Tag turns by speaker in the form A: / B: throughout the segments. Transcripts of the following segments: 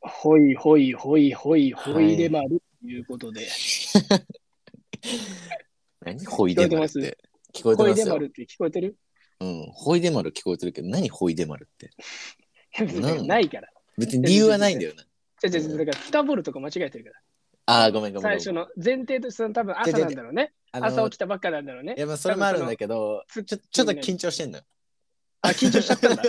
A: ほいほいほいほいほいでまるということで、
B: 何ほいでまるって。聞こえて
A: ほ
B: ま
A: いで
B: すよ
A: ま。るって聞こえてる
B: うん。ほいでまる聞こえてるけど、何ほいでまるって。
A: 別
B: うん
A: にないから。
B: 別に理由はない んだよな。
A: じゃじゃだから、北ボルとか間違えてるから。
B: ああ、ごめんごめんごめ
A: 最初
B: ん。
A: の前提としてその多分朝なんだろうね。
B: あの
A: 朝起きたばっかなんだろうね
B: い。や、まあ、それもあるんだけど、
A: 多分
B: ち
A: そ
B: ょちょっと緊張してんのよ。
A: あ、緊張しちゃった んだ。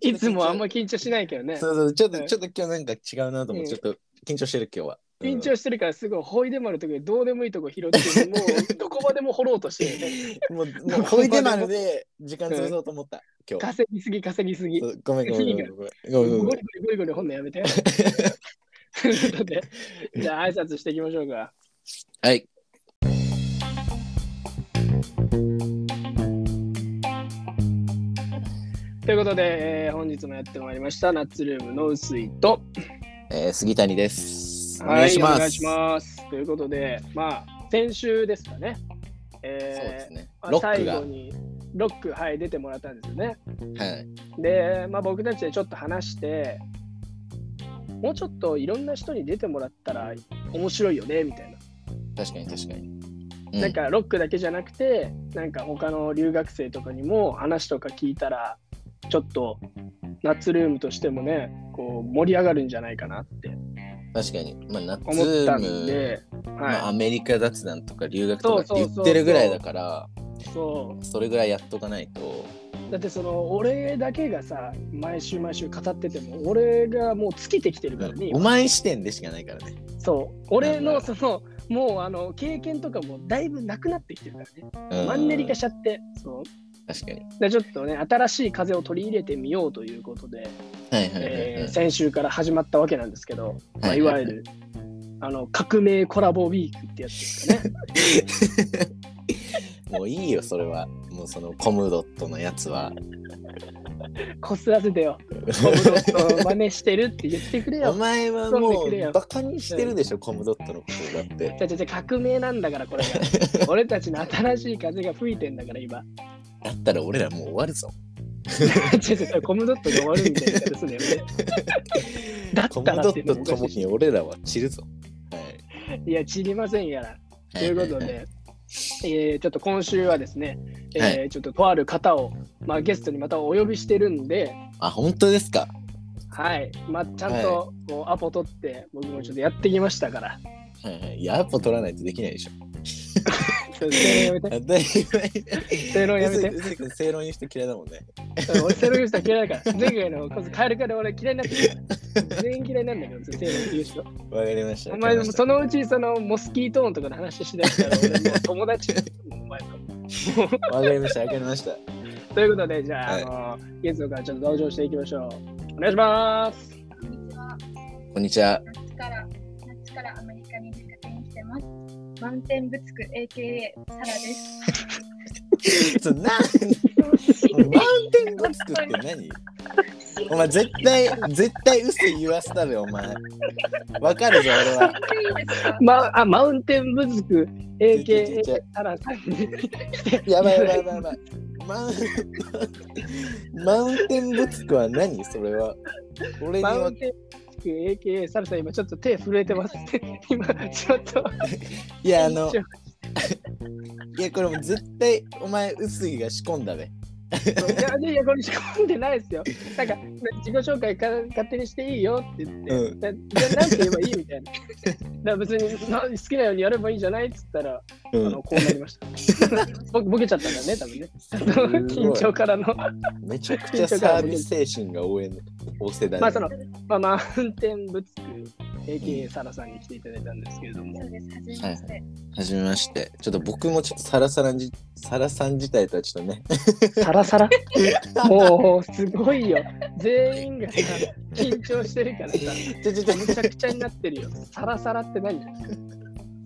A: いつもあんま
B: り。
A: 緊張しないけどね。
B: そうそう、ちょっ
A: う
B: と、
A: ん
B: ちょっと今日なんか違うなと思って、
A: う
B: ちょ
A: ん
B: っと緊張してる今日は。うん
A: 緊張してるからすごいほいでまるとかどうでもいいとこ拾ってもうどこまでも掘ろうとしてるよね
B: もう、もう、ほいでまるで時間潰そうと思った、今日。
A: 稼ぎすぎ稼ぎすぎ
B: そ
A: ゴ
B: うごめんごめんごめんごめんごめ
A: リ
B: んご
A: ゴ
B: めん
A: リゴリゴリ掘んのやめ て ということでじゃあ挨拶していきましょうか
B: はい。
A: ということで、えー本日もやってまいりましたナッツルームの薄いと
B: えー、杉谷です。
A: はお願いしますということでまあ先週ですかねえー
B: そうですね
A: ま。あ
B: ロック
A: 最
B: が。
A: 後にロックはい出てもらったんですよね
B: はい。
A: で、まあ、僕たちでちょっと話してもうちょっといろんな人に出てもらったら面白いよねみたいな、
B: 確かに確かに。う
A: なん、かロックだけじゃなくてなんか他の留学生とかにも話とか聞いたらちょっとナッツルームとしてもねこう盛り上がるんじゃないかなって
B: 確かに。まあ、ナッツ
A: 思ったん
B: ーム、
A: で、はい
B: まあ、アメリカ雑談とか留学とかって
A: そうそうそう
B: 言
A: そう
B: ってるぐらいだから、
A: そ
B: それぐらいやっとかないと。
A: うだってその俺だけがさ毎週毎週語ってても俺がもう尽きてきてるからね、今
B: お前視点でしかないからね。
A: そう俺のそのもうあの経験とかもだいぶなくなってきてるからね
B: うん
A: マンネリ化しちゃって、そう
B: 確かに。
A: でちょっとね、新しい風を取り入れてみようということで、
B: はいはいはい
A: え
B: は
A: ー先週から始まったわけなんですけど、まあ、
B: い。
A: いわゆる、あの革命コラボウィークってやつですかね。
B: もういいよ、それは。もうそのコムドットのやつは。
A: こすらせてよ、コムドットを真似してるって言ってくれよ。
B: お 前は
A: そ
B: も
A: うめくれ
B: う
A: よ
B: バカにしてるでしょ、コムドットのことだって。
A: じゃじゃじゃ革命なんだからこれが俺たちの新しい風が吹いてんだから今
B: だったら俺らもう終わるぞ。
A: じゃじゃじゃコムドットで終わるみたいな言い方するよねだ
B: コ
A: っ
B: ム
A: たら
B: ド
A: ってい
B: ッ
A: うの
B: ト
A: もおか
B: と
A: し
B: も
A: いし
B: に俺らは散るぞ。は い
A: や知りませんやら
B: い。
A: ということ
B: ははは。
A: で、えーちょっと今週はですね、えー
B: は
A: ちょっととある方を、まあ、ゲストにまたお呼びしてるんで、
B: あ、本当ですか。
A: はいまあ、ちゃんとこうアポ取って、僕もちょっとやってきましたから、
B: はいはい。い や、アポ取らないとできないでしょ。
A: ちょっと正論やめて、
B: 当たり前
A: 正論やめて
B: うずうずくん正論言う人嫌いだもんね。
A: 俺、正論言う人は嫌い だから、前回のこそカエルから俺嫌いになってるから、全員嫌いなんだ けど、正論言う人。
B: わかりました。
A: お前、
B: わかりました
A: そのうちそのモスキートーンとかの話しだしたら、俺もう友 達、お前と。
B: わかりました。わかりました。
A: ということで、じゃあ、
B: はい
A: あのゲストからちょっと登場していきましょう。お願いします。
C: こんにちは。
B: こんにちは。
C: 夏から夏からアメリカに留学に来てます。満点ぶつく AKA サラです。
B: そうなん満点がつくって何お前絶対絶対嘘言わせたべお前わかるぞ俺は
C: れいいですか？
A: ま、あマウンテンブズク
B: ちょちょちょ
A: AKA タラさん に
B: やばいやばいやばいやばいマウンマウンテンぶつくは何それは俺に
A: マウ
B: は
A: ンテンブズク AKA サラさん今ちょっと手震えて ますね今ちょっと
B: いやあのいやこれもう絶対お前薄いが仕込んだべ
A: いやいやこれ仕込んでないですよなんか自己紹介か勝手にしていいよって言って、
B: うん
A: なななんて言えばいいみたいなだから別にな好きなようにやればいいんじゃないっつったら、
B: う
A: あ
B: ん
A: のこうなりました 僕ボケちゃったんだね多分ね 緊張からの
B: めちゃくちゃサービス精神が応援旺盛だね、
A: まあそのまあ、マウンテンブツク AKA サラさんに来ていただいたんですけれども、
C: そうです。はじめまして。
B: はじめましてちょっと僕もちょっとサラサラじサラさん自体とはちょっとね
A: サラサラ もうすごいよ。全員がさ緊張してるからさ、
B: ちょちょちょ
A: むちゃくちゃになってるよ。サラサラって何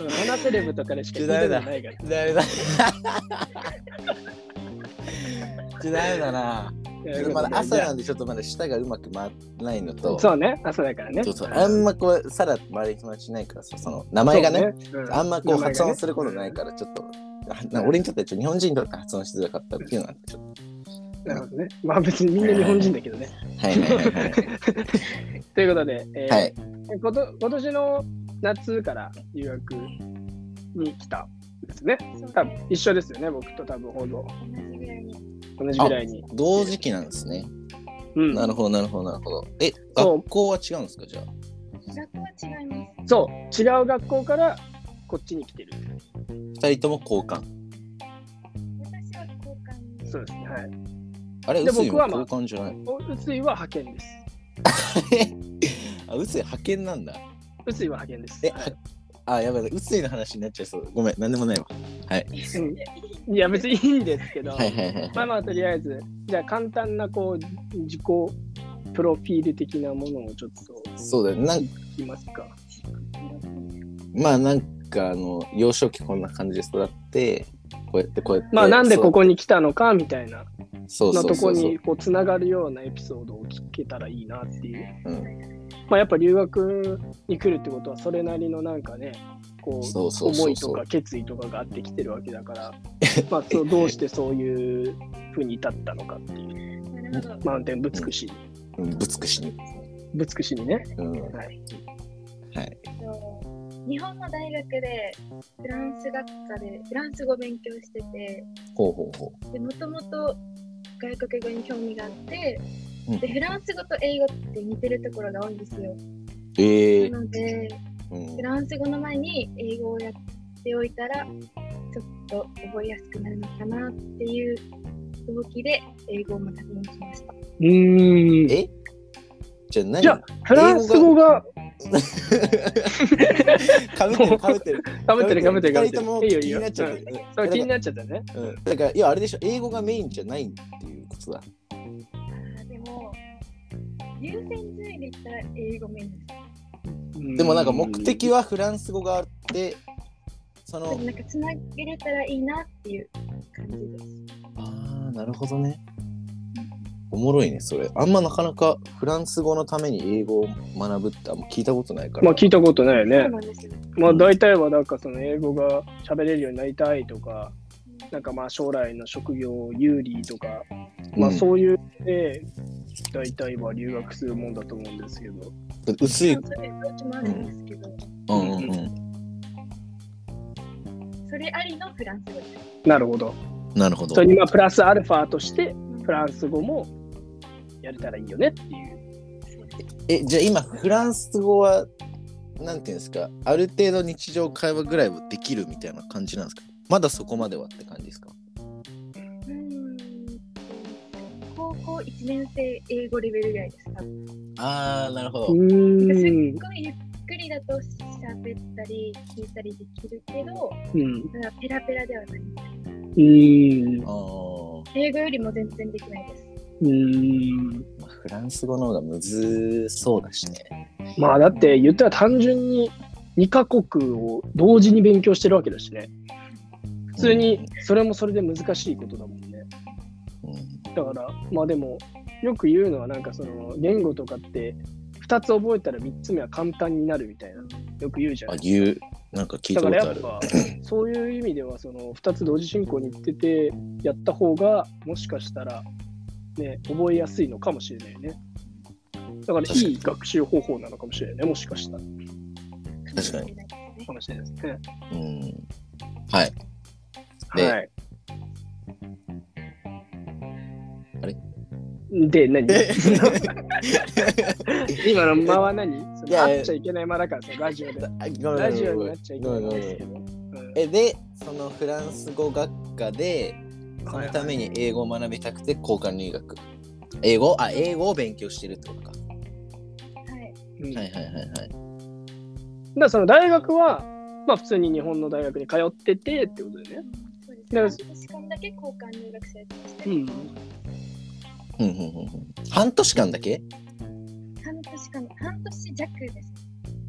A: 花セレブとかでしか聞いたことないから。
B: ダメだ。ちょダメだな。ちょっとまだ朝なんでちょっとまだ舌がうまく回ってないのと、
A: そうね、朝だからね。
B: そうそうあんまこうさら周りにしないからさ、その名前がね、
A: そうね
B: あんまこう発音すること
A: 名前が
B: ない
A: ね
B: からちょっと。あな俺にとってはちょっと日本人にとって発音しづらかったっていうのはちょっ
A: なるほどね。まあ別にみんな日本人だけどね。
B: はいはいはいはい。
A: ということで、えー
B: はい
A: こと今年の夏から留学に来たんですね。
C: そう
A: 多
C: ね
A: 分一緒ですよね、僕と多分ほど
C: 同じぐらいに。
A: 同じぐらいに。
B: 同時期なんですね。
A: うん、
B: なるほどなるほどなるほど。え、
A: そう
B: 学校は違うんですかじゃあ。
C: 学校は違います。
A: そう、違う学校からこっちに来てる。
B: 二人とも交換。
C: 私は交換で。
A: そうですね。はい。
B: あれ、
A: で
B: 薄い
A: 僕
B: も
A: はまあ
B: 交換じゃない。
A: お臼井は派遣です。
B: あ、薄い派遣なんだ。
A: 臼井は派遣です。
B: え、
A: は
B: はあ、やばい、薄いの話になっちゃいそう。ごめん、なんでもないわ。
A: いうんいや、別にいいんですけど、
B: はいはいはい。
A: まあまあ、とりあえず、じゃあ簡単なこう自己プロフィール的なものをちょっと
B: そうだよね。なん
A: 聞きますか。
B: まあなんかあの幼少期こんな感じで育ってこうやってこうやって
A: まあ、なんでこ
B: こ
A: こに来たのかみたいな
B: そうそ
A: の
B: うそ
A: と
B: うそ
A: こ
B: う
A: にこうつながるようなエピソードを聞けたらいいなっていう。
B: うん
A: まあ、やっぱ留学に来るってことは、それなりのなんかね、こう
B: そうそう
A: 思
B: そう
A: いと
B: そ
A: か
B: う
A: 決意とかがあってきてるわけだから、 まあ、そうどうしてそういうふうに至ったのかっていう、
C: なるほど。
A: マウンテンぶつくし、
B: うんぶつくしに
A: ぶつくしにね。
B: うんは
A: はい、
B: い
C: えっと日本の大学でフランス学科でフランス語を勉強してて
B: ほうほうほ
C: でもともと外国語に興味があって、
B: うん
C: でフランス語と英語って似てるところが多いんですよ。
B: うええ
C: なので
B: うん
C: フランス語の前に英語をやっておいたらちょっと覚えやすくなるのかなっていう動機で英語も確認しました。
A: うーん
B: えじゃあ何
A: じゃフランス語が、
B: かぶってるかぶってる
A: かぶってるかぶってるかぶって
B: 二人とも
A: る。いいよいい
B: 気
A: よ
B: になっちゃっ
A: う
B: て
A: ん
B: る
A: そう気になっちゃったね。
B: うんうんだからいやあれでしょ英語がメインじゃないっていうことだ
C: あでも優先順位で言ったら英語メインです。
B: でもなんか目的はフランス語があってそ
C: で
B: の
C: もなんかつなげれたらいいなっていう感じです。
B: ああなるほどねおもろいねそれあんまなかなかフランス語のために英語を学ぶってあんま聞いたことないから、
A: まあ聞いたことないよ
C: そう
A: ね。
C: なんですよ。
A: まあ大体はなんかその英語が喋れるようになりたいとか、なんかまあ将来の職業有利とか、まあ
B: う
A: そういうので大体は留学するもんだと思うんですけど。
B: ん薄い
C: それどっちもあるんですけど、
B: うんうんうん
C: それありのフランス語です。
A: なるほど。
B: なるほど
A: それにまあプラスアルファとしてフ
C: ン
A: ランス語もやれたらいいよねっていう。
B: えじゃあ今フランス語はなんていうんですかある程度日常会話ぐらいはできるみたいな感じなんですかまだそこまではって感じですか
C: うーん高校1年生英語レベルぐらいです。多分
B: ああなるほ
A: う
B: ど
A: ーん
C: すっ。ごいゆっくりだと喋ったり聞いたりできるけど、
A: うん。
C: ただペラペラではない。
A: うーん。
B: あ
C: 英語よりも全然できないです。
A: うーん。
B: ーまあフランス語の方がむずそうだしね
A: まあだって言ったら単純に2カ国を同時に勉強してるわけだしね。普通にそれもそれで難しいことだもんね。
B: うん
A: だからまあでもよく言うのはなんかその言語とかって2つ覚えたら3つ目は簡単になるみたいなよく言うじゃな
B: あ
A: い
B: 言うなんか聞い
A: だ
B: た
A: か
B: こ
A: ら
B: と
A: や
B: あ
A: っ
B: る
A: ぱそういう意味ではその2つ同時進行に行っててやった方がもしかしたらね覚えやすいのかもしれないよねだからいい学習方法なのかもしれないねもしかしたら
B: 確かに
C: に。
A: かもしれないですね
B: うんはいで
A: はい
B: あれ
A: で何 今の間は何そ
B: い
A: れ
B: や
A: あっちゃいけない間だからさラジオで
B: あごめん
A: ラジオに
B: ごめ
A: なんっちゃいけ
B: ご
A: ないで
B: めんごめんごめ
A: す
B: ん
A: けど。うん
B: えでそのフランス語学科でそのために英語を学びたくて交換留学英語あ英語を勉強してるってことか
C: はい。
A: うん
B: はい
A: だか
B: はいはいはい
A: らその大学は、まあ、普通に日本の大学に通っててってことでね。
C: そう
A: だから
C: です。半年間だけ交換留学生として、
A: うん、
B: うんうんうんうん半年間だけ
C: 半年間、半年弱です。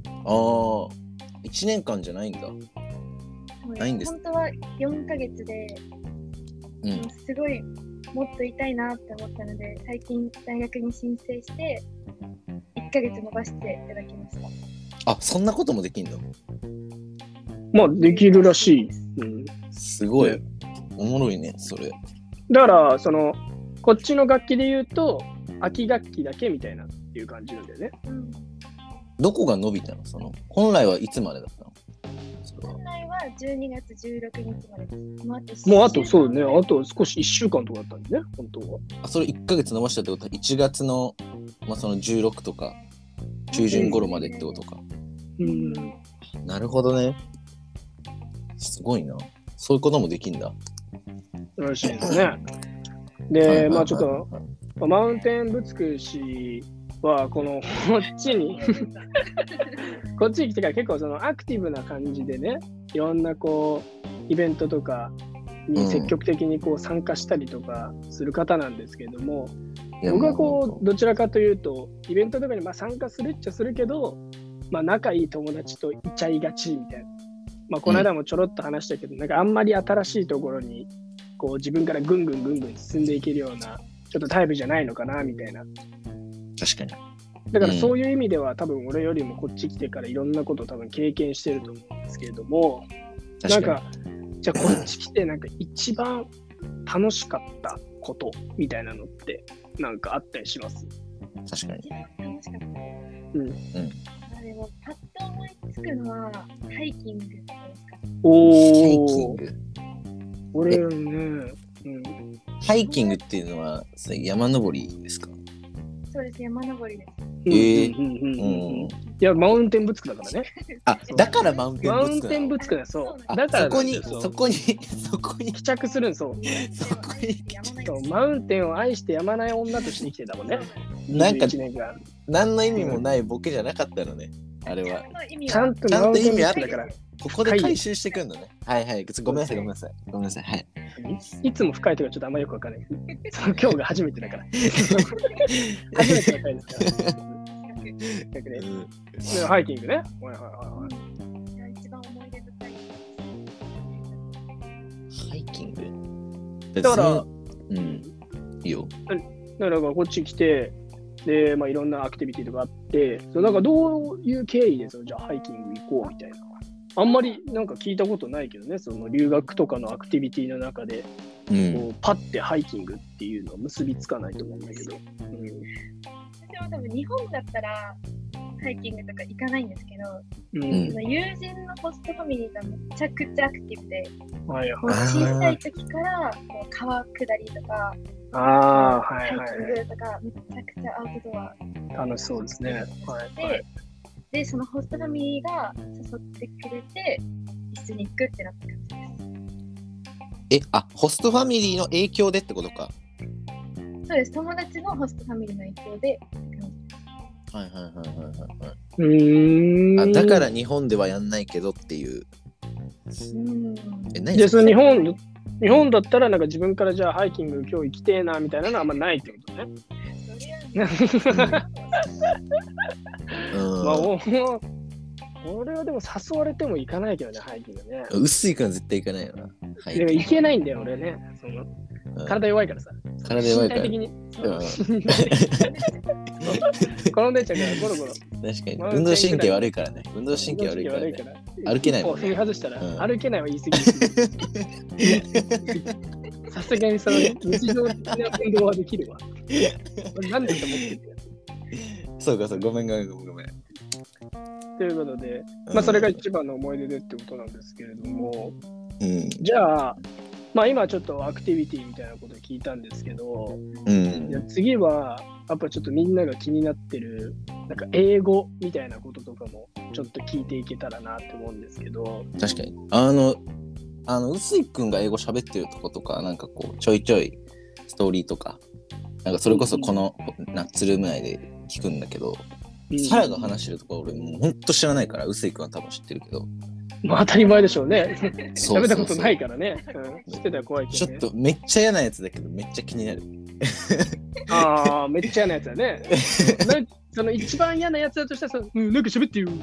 B: ああ1年間じゃないんだうないんです
C: 本当は4ヶ月で、
B: ん
C: すごいもっといたいなって思ったので最近大学に申請して1ヶ月延ばしていただきました
B: あそんなこともできんの
A: まあできるらしい。うん、
B: すごい
A: ね
B: おもろいねそれ
A: だからそのこっちの楽器で言うと、秋楽器だけみたいなっていう感じなんだよね。
C: うん
B: どこが伸びたのその本来はいつまでだったのそれは
C: 本来は12月16日までです。もうあと
A: もうあとそうね、
C: あ
A: あと少し1週間とかだったんでね、本当は。
B: あそれ1ヶ月伸ばしたってことは1月の,、まあその16とか中旬頃までってことか、
A: うん。
B: なるほどねすごいなそういうこともできんだ
A: らしいですね。
B: はいはいは
A: で、
B: い
A: まあちょっと、まあマウンテンブツク氏は、この、 こっちに、こっちに来てから結構そのアクティブな感じでね、いろんなこう、イベントとかに積極的にこう参加したりとかする方なんですけれども、
B: いや
A: 僕は
B: も
A: こ
B: う
A: うどちらかというとイベントとかにまあ参加するっちゃするけど、まあ、仲いい友達といちゃいがちみたいな、まあ、この間もちょろっと話したけど、なんかあんまり新しいところにこう自分からぐんぐんぐんぐん進んでいけるようなちょっとタイプじゃないのかなみたいな
B: 確かに
A: だから
B: うん
A: そういう意味では多分俺よりもこっち来てからいろんなことを多分経験してると思うんですけれどもなん
B: 確か
A: かじゃあこっち来てなんか一番楽しかったことみたいなのってなんかあったりします
B: に確かに
C: 一番楽しかった。
A: うん
C: あでもパッと思いつくのはハイキングが楽しかった。
B: ハイ
A: お
B: キン
A: お、
B: グ
A: 俺らね、うん、
B: ハイキングっていうのはそれ山登りですか
C: そうですね、山登りです。
A: え
B: えー
A: うんうん
B: う
A: うんうん
B: ん
A: いや、マウンテンブツクだからね。
B: あだからマウンテン
A: マ
B: ブ
A: ウン
B: ツ
A: テン
B: ク
A: ブツクだよ、そ
C: あ
A: う。だ
B: な
A: か
B: の
A: ら
B: そこに
A: そう
B: そこに そこに
A: 帰着するんそう
B: そこに
C: 山ない
A: そう
C: です。
A: マウンテンを愛してやまない女として生きてたもんね。
B: なんか
A: 21年間
B: 何の意味もないボケじゃなかったのねあれは
A: ちゃんと
B: ちゃ
A: マウ
B: ん
A: ン
B: と
A: テン
B: 意
A: ブ
B: 味あ
A: ツ
B: る
A: クだから、
B: ここで回収してくんのね。はいはい。ごめんなさい、ごめんなさい。ごめんなさい。はい。
A: いつも深いとかちょっとあんまよくわかんない。そう今日が初めてだから。初めての回です から。逆に
B: うん
A: でハイキングね。はいはいはいはい
C: 一番思い出深い。
B: ハイキング
A: だから、
B: うん。いいよ。
A: だからこっち来て、で、まあ、いろんなアクティビティとかあって、そうなんかどういう経緯でそのじゃあハイキング行こうみたいな。あんまりなんか聞いたことないけどね、その留学とかのアクティビティの中で、
B: うん。
A: こうパッてハイキングっていうのは結びつかないと思うんだけど。
C: 私も多分日本だったらハイキングとか行かないんですけど、
A: うん。う
B: うん
A: ん
C: その友人のホストファミリーがめちゃくちゃアクティブで、
A: はい
C: もう小さい時からもう川下りとか、
A: ああ、は
C: ハイキ
A: い
C: ン
A: はいは
C: グとか、めちゃくちゃアウトドア
A: い。楽しそうですね。はいはい。
C: でで、そのホストファミリーが誘ってくれて、一緒に行くってなった感じです。
B: え、あ、ホストファミリーの影響でってことか。
C: そうです、友達のホストファミリーの影響でって感じです。
B: はいはいはいはいは
A: うーん。
B: い。あ、だから日本ではやんないけどっていう。
C: うん。
B: え、何
A: で、その日
C: そ
A: 本、日本だったらなんか自分からじゃあハイキング今日行きてえなみたいなのはあんまないってことね。
C: りあえず
A: まあ、
B: う
A: お俺はでも誘われても行かないけどね、ハイキングね。
B: ん。薄いくんは絶対行かないよな。は
A: でも行けないんだよ、俺ね。その
B: うん
A: 体弱いからさ。
B: 体弱いから
A: 身体的に。
B: うん
A: 転んでっちゃうから、ゴロゴロ。
B: 確かに。運動神経悪いからね。運動神経悪いから
A: 運動神経。悪い
B: ね
A: から
B: 歩けない
A: 一歩
B: もんね
A: 踏み外したら、
B: うん
A: 歩けないは言い過ぎです。さすがにその日常的な運動はできるわ。なんでと思ってる
B: そうかそう、ごめんごめんごめんごめん。
A: ということで、まあ、それが一番の思い出でってことなんですけれども、
B: うん。
A: じゃあ、まあ、今ちょっとアクティビティみたいなこと聞いたんですけど、
B: うん
A: いや。次はやっぱちょっとみんなが気になってるなんか英語みたいなこととかもちょっと聞いていけたらなって思うんですけど、
B: 確かに。あの、あの、臼井くんが英語喋ってるとことか、なんかこう、ちょいちょいストーリーとか、なんかそれこそこのナッツルーム内で聞くんだけど、サラが話してるとこ俺もうほんと知らないから、臼井くんは多分知ってるけど、
A: まあ当たり前でしょうね。
B: そ
A: 食べ
B: うそ
A: たこ
B: う
A: と
B: そう
A: ないからね。うん知ってたら怖いけ
B: ち
A: ど
B: ょっ
A: ね。
B: とめっちゃ嫌なやつだけど、めっちゃ気になる。
A: ああ、めっちゃ嫌なやつだね。なんその一番嫌なやつだとしたらさ、うん、なんか喋ってよ。な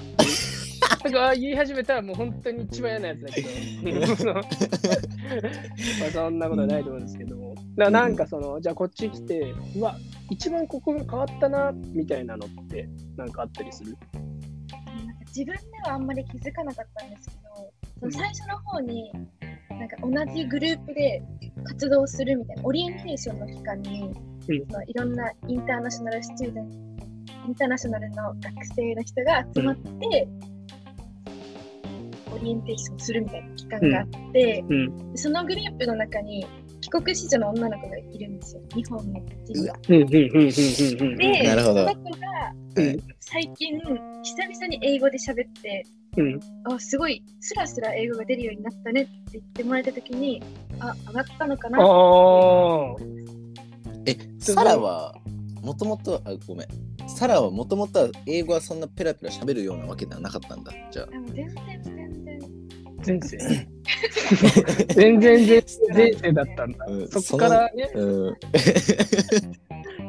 A: んかあー言い始めたらもう本当に一番嫌なやつだけど、そのまあそんなことはないと思うんですけども、だからなんかその、じゃあこっち来て、うわ、一番ここが変わったなみたいなのって、なんかあったりする。
C: なんか自分ではあんまり気づかなかったんですけど、その最初の方になんか同じグループで活動するみたいな、オリエンテーションの期間に、そのいろんなインターナショナルスチューデンインターナショナルの学生の人が集まって、オリエンテーションするみたいな期間があって、
A: うん。
C: そのグループの中に帰国子女の女の子がいるんですよ、日本の人が。
A: うん。うん。うん。うん。うん。
C: で、
B: なるほど
C: その子が
A: うん
C: 最近、久々に英語で喋って、
A: うん。
C: あすごい、スラスラ英語が出るようになったねって言ってもらえたときに、あ、上がったのかな
A: ああ。
B: え、サラは、もともと、あ、ごめん。サラはもともとは英語はそんなペラペラ喋るようなわけではなかったんだ。じゃあ。
C: でも全然全然。
A: 前世。全然前世前世だったんだ。
B: うん
A: そっからね、
B: うん。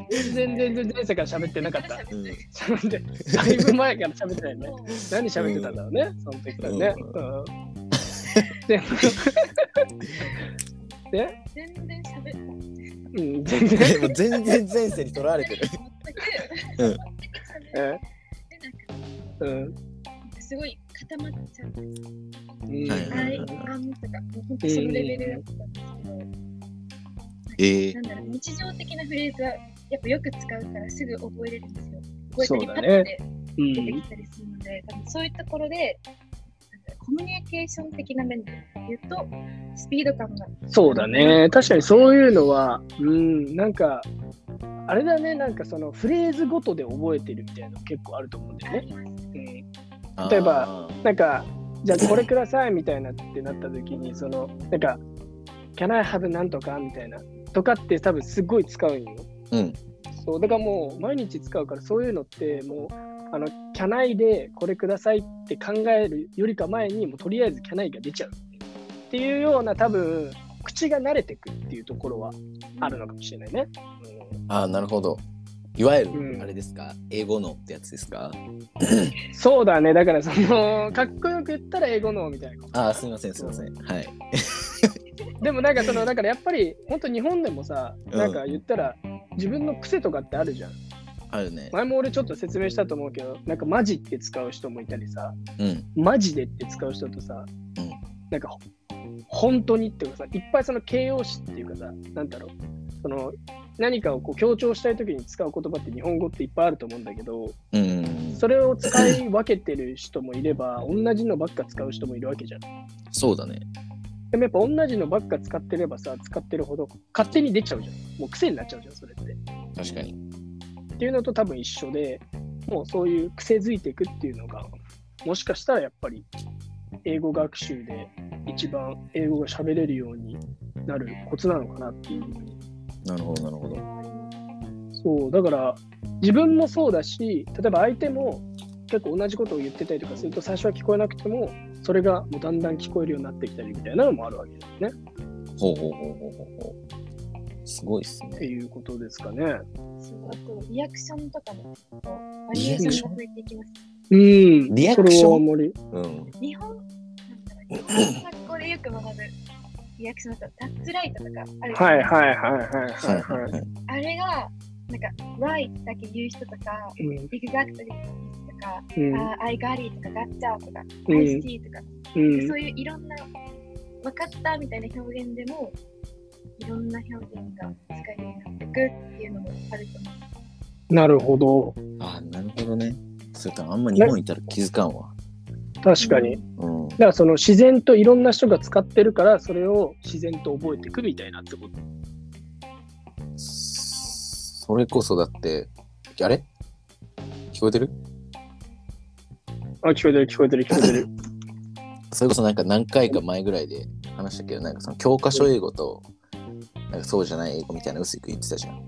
A: 全然全然前世から喋ってなかった。
B: うん
A: 喋ってだいぶ前から喋ってないね。何喋ってたんだろうね、その時からね。
B: う
A: うんでもね、
C: 全然喋ってな
A: うん、全然。
B: でも全然前世にとらわれてる。
C: く、
B: う
C: 全
B: ん
C: く喋って
A: え
C: なく
A: うん
C: すごい固まっちゃう。
A: うん
B: はいは
C: はいい、あんとか、もう本当そのレベルだったんですけど、
B: ええ
C: なんだろう、日常的なフレーズは、やっぱよく使うからすぐ覚えれるんですよ。覚えた
A: そう
C: り、
A: だ
C: パ
A: ね
C: ッて
A: う
C: 出てき
A: ん
C: たりするので、多分そういうところで、なんだろうコミュニケーション的な面で言うと、スピード感が。
A: そうだね。確かにそういうのは、うん、なんか、あれだね、なんかそのフレーズごとで覚えてるみたいなの結構あると思うんだよ
C: あ
A: ね。
C: ります
A: うん
B: あ ー
A: 例えばなんか、じゃあこれくださいみたいなってなった時に、その、なんか、can I have なんとかみたいな、とかって多分すごい使うんよ。
B: うん。
A: そう、だからもう毎日使うから、そういうのってもう、あの、can I でこれくださいって考えるよりか前に、もうとりあえず can I が出ちゃう。っていうような多分、口が慣れてくっていうところはあるのかもしれないね。
B: あー、なるほど。いわゆ
A: う
B: る、
A: ん
B: あれですか、英語のってやつですか
A: うん、そうだね。だからその、かっこよく言ったら英語のみたいな。
B: あー、すみません、すみません。はい。
A: でもなんかそのだからやっぱり本当日本でもさ
B: うん
A: なんか言ったら自分の癖とかってあるじゃん
B: あるね。
A: 前も俺ちょっと説明したと思うけどなんかマジって使う人もいたりさ
B: うん。
A: マジでって使う人とさ、
B: うん
A: なんかほ本当にっていうかさいっぱいその形容詞っていうかさなんだろうその何かをこう強調したい時に使う言葉って日本語っていっぱいあると思うんだけど
B: うんうんうん。
A: それを使い分けてる人もいれば同じのばっか使う人もいるわけじゃん
B: そうだね。
A: でもやっぱ同じのばっか使ってればさ、使ってるほど勝手にできちゃうじゃん。もう癖になっちゃうじゃん、それって。
B: 確かに。
A: っていうのと多分一緒で、もうそういう癖づいていくっていうのが、もしかしたらやっぱり英語学習で一番英語が喋れるようになるコツなのかなっていう。
B: なるほど、なるほど。
A: そう、だから自分もそうだし、例えば相手も結構同じことを言ってたりとかすると最初は聞こえなくても、それがもうだんだん聞こえるようになってきたりみたいなのもあるわけですね。
B: ほうほうほうほうほうほう。すごいっす
A: って
B: ね。
A: いうことですかね。
C: そうあと、リアクションとかも、バリエーションが増えていきます。
A: うん。
B: リアクション
A: これはあんまり
B: うん。
C: 日本、なんだろう、日本の学校でよく学ぶリアクションだと、タッツライトとかあるじゃ
A: は
C: ないいですか
A: はいはいはいはい。はい
B: い。
C: あれが、なんか、right だけ言う人とか、
A: うん、
C: exactly とか、
A: うん、
C: あー I got it とか、gotcha とか、
A: うん
C: I see とか、
A: うん
C: そ、ういういろんな、分かったみたいな表現でも、いろんな表現が使えるようになってくっていうのもあると思う。
A: なるほど。
B: あー、なるほどね。それとあんま日本いたら気づかんわ。
A: 確かに。
B: うん。
A: だからその自然といろんな人が使ってるから、それを自然と覚えていくみたいなってこと。
B: それこそだって、あれ聞こえてる
A: あ、聞こえてる聞こえてる聞こえてる。
B: それこそなんか何回か前ぐらいで話したけど、なんかその教科書英語と、なんかそうじゃない英語みたいな薄く言ってたじゃん。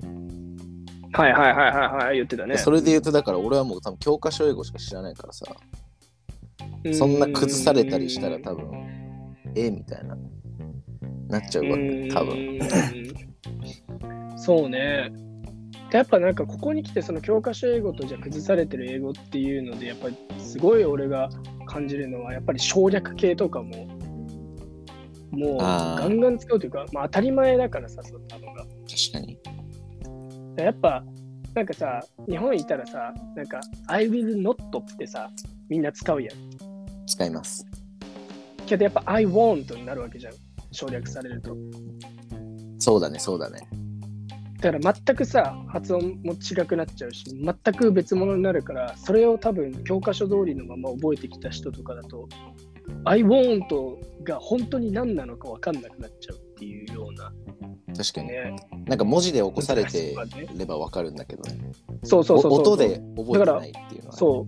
A: はいはいはいはいはい、言ってたね。
B: それで言うと、だから俺はもう多分教科書英語しか知らないからさ、そんな崩されたりしたら多分、えみたいな、なっちゃうわ、多分。
A: 分。そうね。でやっぱなんかここに来てその教科書英語とじゃあ崩されてる英語っていうのでやっぱりすごい俺が感じるのはやっぱり省略系とかももう
B: あー
A: ガンガン使うというかまあ当たり前だからさそんなのが
B: 確かに。
A: やっぱなんかさ日本にいたらさなんか「I will not」ってさみんな使うやん
B: 使います。
A: けどやっぱ「I won't」になるわけじゃん省略されると
B: そうだね、そうだね。
A: だから全くさ発音も違くなっちゃうし全く別物になるからそれを多分教科書通りのまま覚えてきた人とかだと「I want」が本当に何なのか分かんなくなっちゃうっていうような
B: 確かに。
A: ね
B: なんか文字で起こされて
A: 難しいわね
B: ればわかるんだけどね。
A: そうそうそうそう
B: お音で覚えてないっていうのはね。
A: そう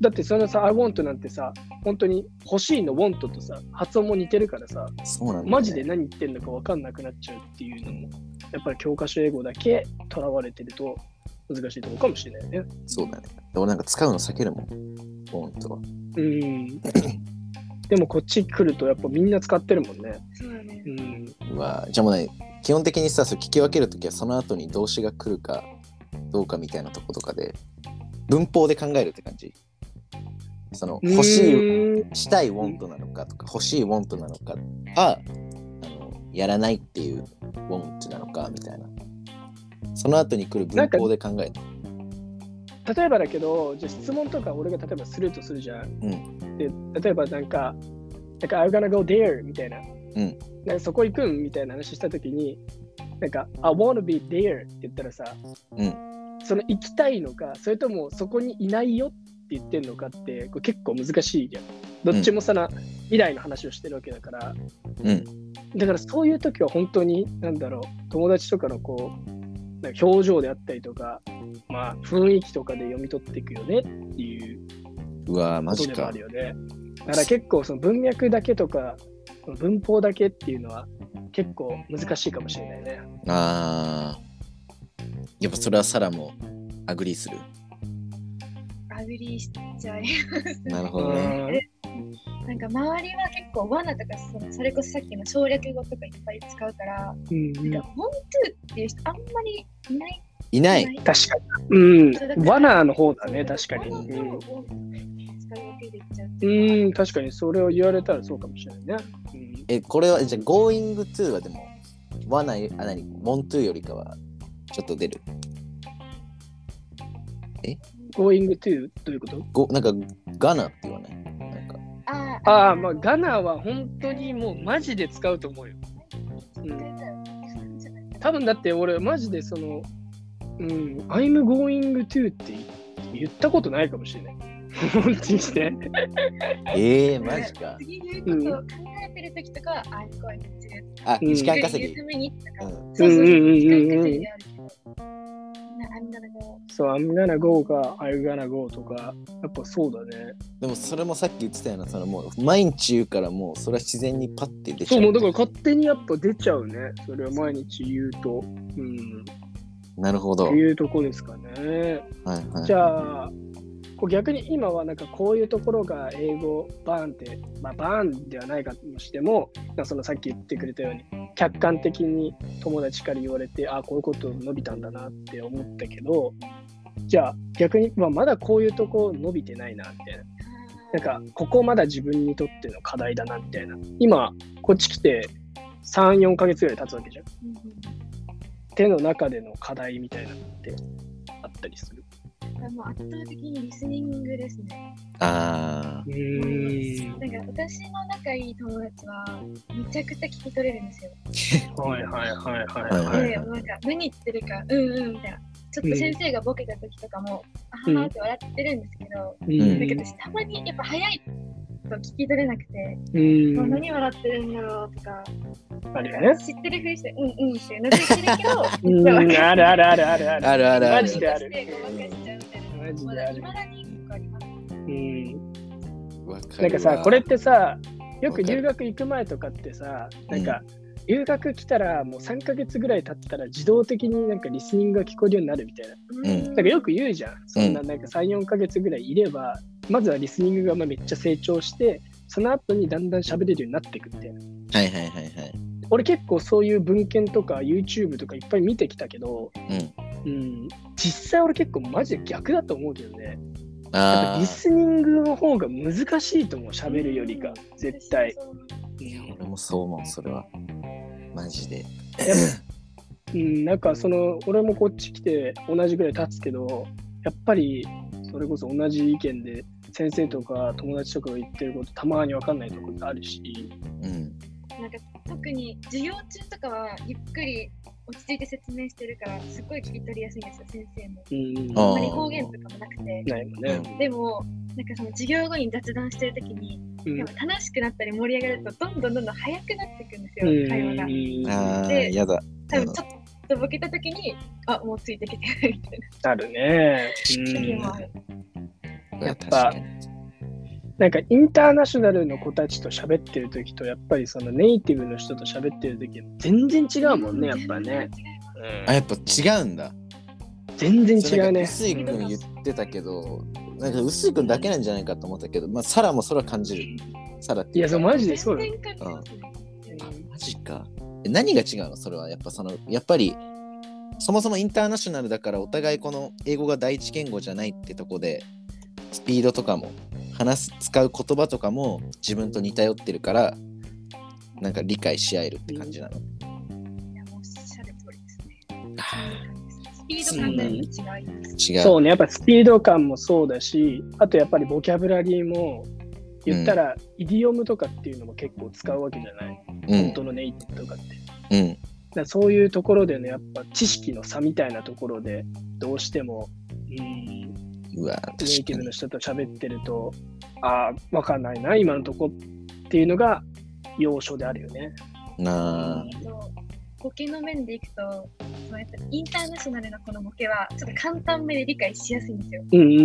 A: だってそのさ「I want」なんてさ本当に欲しいの「want」とさ発音も似てるからさ
B: そうなんだよね、
A: マジで何言ってんのか分かんなくなっちゃうっていうのもやっぱり教科書英語だけとらわれてると難しいとこかもしれないよね。
B: そうだね。俺なんか使うの避けるもん。本当は。
A: うん。でもこっち来るとやっぱみんな使ってるもんね。
C: そうだね
A: う。ん。
B: うわじゃあもうね、基本的にさ、そう聞き分けるときはその後に動詞が来るかどうかみたいなとことかで、文法で考えるって感じ。その、欲しい、
A: い。
B: したい want なのかとか、欲しい want なのか、あ、あの、やらないっていう want なのかみたいな。その後に来る文法で考える。
A: 例えばだけど、じゃあ質問とか俺が例えばするとするじゃん。
B: う
A: で、例えばなんか、なんか、I'm gonna go there みたいな。
B: ん
A: なんかそこ行くんみたいな話したときに、なんか、I wanna be there って言ったらさ、
B: う
A: その行きたいのか、それともそこにいないよって言ってんのかって、これ結構難しいじゃん。どっちもさな、未来の話をしてるわけだから、
B: うん。
A: だからそういう時は本当に何だろう友達とかのこうなんか表情であったりとか、まあ、雰囲気とかで読み取っていくよねっていう
B: うわマ
A: こ
B: ジ
A: とでも
B: か
A: ある。よね。だから結構その文脈だけとかその文法だけっていうのは結構難しいかもしれないね。
B: あーやっぱそれはサラもアグリーする。
C: アグリーしちゃい。
B: なるほどね。
C: なんか周りは結構罠とかそのそれこそさっきの省略語とかいっぱい使うから、
A: うん
C: なんか本当っていう人あんまりいない。
B: いない。
A: 確かに。うん
C: そうだか。ら
A: ワナーの方だね、確かに。
C: 罠
A: う
C: の
A: ん
C: 方を使い分けていっちゃうっていうか。
A: うん、確かにそれを言われたらそうかもしれないね。うん
B: え、これは、じゃあ、going to はでも、わない、あ、何、want to よりかは、ちょっと出る。
A: going to どういうこと
B: ごなんか、gonna って言わない。なんか、
C: あー
A: ああ、まあ、ガナーは本当にもうマジで使うと思うよ。多分だって俺、マジでその、うん、I'm going to って言ったことないかもしれない。本当にして。
B: えー、マジか。
C: 次言うことを考えてる時とかは、あ、こうやってる。
B: あ、
A: うん
B: 時間稼ぎ
C: 言う。ためにと
B: う
C: か。
B: ん。
C: そうそうそう。
A: うんうんうんうん
C: 時間稼ぎであるけど。なあんなのこう
A: そう、I'm gonna go か、I'm gonna go とか、やっぱそうだね。
B: でも、それもさっき言ってたような、そのもう、毎日言うから、もう、それは自然にパッて出ち
A: そ
B: ゃ
A: う、
B: う。
A: もうだから勝手にやっぱ出ちゃうね。それは毎日言うと。うん。
B: なるほど。
A: と
B: はい
A: いうとこですかね。
B: はい。
A: じゃあ、こう逆に今はなんかこういうところが英語バーンって、まあ、バーンではないかもしても、なんかそのさっき言ってくれたように、客観的に友達から言われて、あこういうこと伸びたんだなって思ったけど、じゃあ逆に、まあ、まだこういうとこ伸びてないなみたいな。なんかここまだ自分にとっての課題だなみたいな。今、こっち来て3、4ヶ月ぐらい経つわけじゃん。
C: うんうん
A: 手の中での課題みたいなのってあったりする。
C: あもう圧倒的にリスニングですね。
B: あ
A: うん。
C: なんか私の仲いい友達はめちゃくちゃ聞き取れるんですよ。
A: はいはいはい
B: はいはい
C: で、もうなんか何言ってるか、うんうんみたいな。ちょっと先生がボケた時とかも、
A: うん
C: あはーって笑ってるんですけど、
A: い。う
C: だけ
A: ん
C: ど私たまにやっぱ早いと聞き取れなくて、
A: うん
C: もう何笑ってるんだろうとか、
A: あるよね。
C: 知ってるふりして、うんうんってうなずいてるけど、
A: うん、あるあるあるあるあ
B: ー。
A: る。
B: あるあるあ
A: マ
B: る
A: ジ。である
C: してごまかしちゃうみたいな。
A: マジ
C: ま
A: で
C: だ
A: あ
C: い
A: る。
C: まだに結構あります。
A: うん。
B: わかるわ
A: なんかさ、これってさ、よく留学行く前とかってさ、なんか、留学来たらもう3ヶ月ぐらい経ったら自動的になんかリスニングが聞こえるようになるみたいな。
B: ん
A: なんかよく言うじゃん。そんななんか3、4ヶ月ぐらいいれば、まずはリスニングがまあめっちゃ成長して、その後にだんだん喋れるようになっていくみたいな。
B: はいはいはいはい。
A: 俺結構そういう文献とか YouTube とかいっぱい見てきたけど、う
B: うん。
A: ん、実際俺結構マジで逆だと思うけどね。やっぱ
B: あ
A: リ
B: あ。
A: スニングの方が難しいと思う、喋るよりか、絶対。
B: 俺もそう思う、それは。マジで。
A: うん、なんかその、俺もこっち来て同じぐらい経つけど、やっぱりそれこそ同じ意見で、先生とか友達とかが言ってることたまに分かんないところあるし、
B: うん。
C: なんか特に授業中とかはゆっくり落ち着いて説明してるからすっごい聞き取りやすいんですよ先生も
A: うん。
B: あ
C: あ
B: ー
C: んまり方言とかもなくて
A: ないもんね。
C: でもなんかその授業後に雑談してる時に
A: うん
C: でも楽しくなったり盛り上がるとどんどんどんどん早くなっていくんです
A: う
C: よ会話が
A: ん。
B: あー、
C: で
B: やだ。
C: 多分ちょっとボケた時にあもうついてきてるみたい
A: あるね。
C: な時
A: うん
C: もある
B: や
A: っぱなんかインターナショナルの子たちと喋ってる時とやっぱりそのネイティブの人と喋ってる時全然違うもんねやっぱね、
B: あ、やっぱ違うんだ。
A: 全然違うね
B: 薄井君言ってたけど、なんか薄井君だけなんじゃないかと思ったけど、まあ、サラもそれは感じる。サラって
A: い
B: いう
A: や
B: か
A: そうマジでそうだよ
C: 全然感じますね
B: あマジか。え何が違うのそれはやっぱそのやっぱりそもそもインターナショナルだからお互いこの英語が第一言語じゃないってとこでスピードとかも話す使う言葉とかも自分と似通ってるからなんか理解し合えるって感じなの。
C: いやもうおっしゃる通りですね
B: あ
C: スピード感が違います
B: ー違う。
A: そうねやっぱスピード感もそうだしあとやっぱりボキャブラリーも言ったら、イディオムとかっていうのも結構使うわけじゃない、
B: う
A: 本
B: ん
A: 当のネイティブとかってだか
B: うん
A: らそういうところでねやっぱ知識の差みたいなところでどうしても、うん、
B: うわ
A: ネイ
B: 確
A: ティ
B: か
A: ブ
B: に
A: の。人と喋ってると、ああ、わかんないな、今のとこっていうのが要所であるよね。
B: なあ
C: えっとボケの面でいくと、そうやってインターナショナルのこのボケは、ちょっと簡単めで理解しやすいんですよ。
A: うんうん
C: け
A: う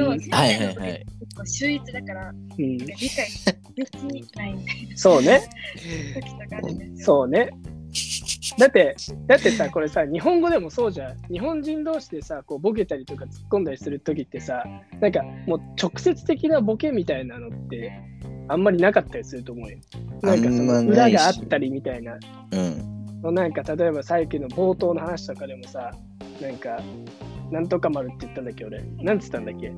A: ん
C: ど、
A: うん
C: 先
B: はい
C: 生
B: はい
C: のボ
B: は
C: ケ
B: い。
C: 結構秀逸だから、
A: うん。
C: 理解できないみたいな
A: そうね、
C: 時とかあるんですよ。
A: そうね。だって、だってさ、これさ、日本語でもそうじゃん。日本人同士でさ、こうボケたりとか突っ込んだりするときってさ、なんかもう直接的なボケみたいなのって、あんまりなかったりすると思うよ。なんかそ
B: あ
A: の
B: んまな
A: 裏
B: いし
A: があったりみたいな。
B: うん
A: なんか例えば最近の冒頭の話とかでもさなんかなんとか丸って言ったんだっけ俺なんつったんだっけ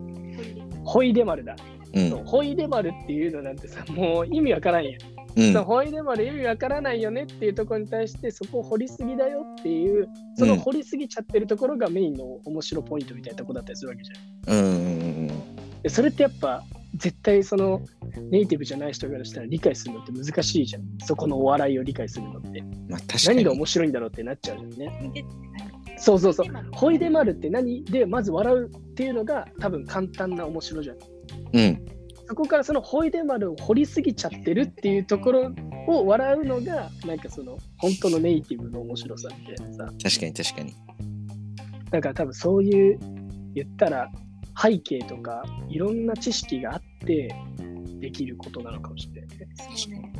A: ホイデ丸だ、
B: うん
A: そうホイデ丸っていうのなんてさもう意味わからんや、
B: うん
A: そのホイデ丸意味わからないよねっていうところに対してそこを掘りすぎだよっていうその掘りすぎちゃってるところがメインの面白ポイントみたいなとこだったりするわけじゃん
B: うんうんうん
A: でそれってやっぱ絶対そのネイティブじゃない人からしたら理解するのって難しいじゃんそこのお笑いを理解するのって
B: まあ確かに。
A: 何が面白いんだろうってなっちゃうじゃんねそ
C: そう
A: そうそう
C: う。
A: ホイデマルって何でまず笑うっていうのが多分簡単な面白じゃん。
B: うん
A: そこからそのホイデマルを掘りすぎちゃってるっていうところを笑うのがなんかその本当のネイティブの面白さってさ
B: 確かに確かに。
A: だから多分そういう言ったら背景とかいろんな知識があってできることなのかもしれないね。
C: そうね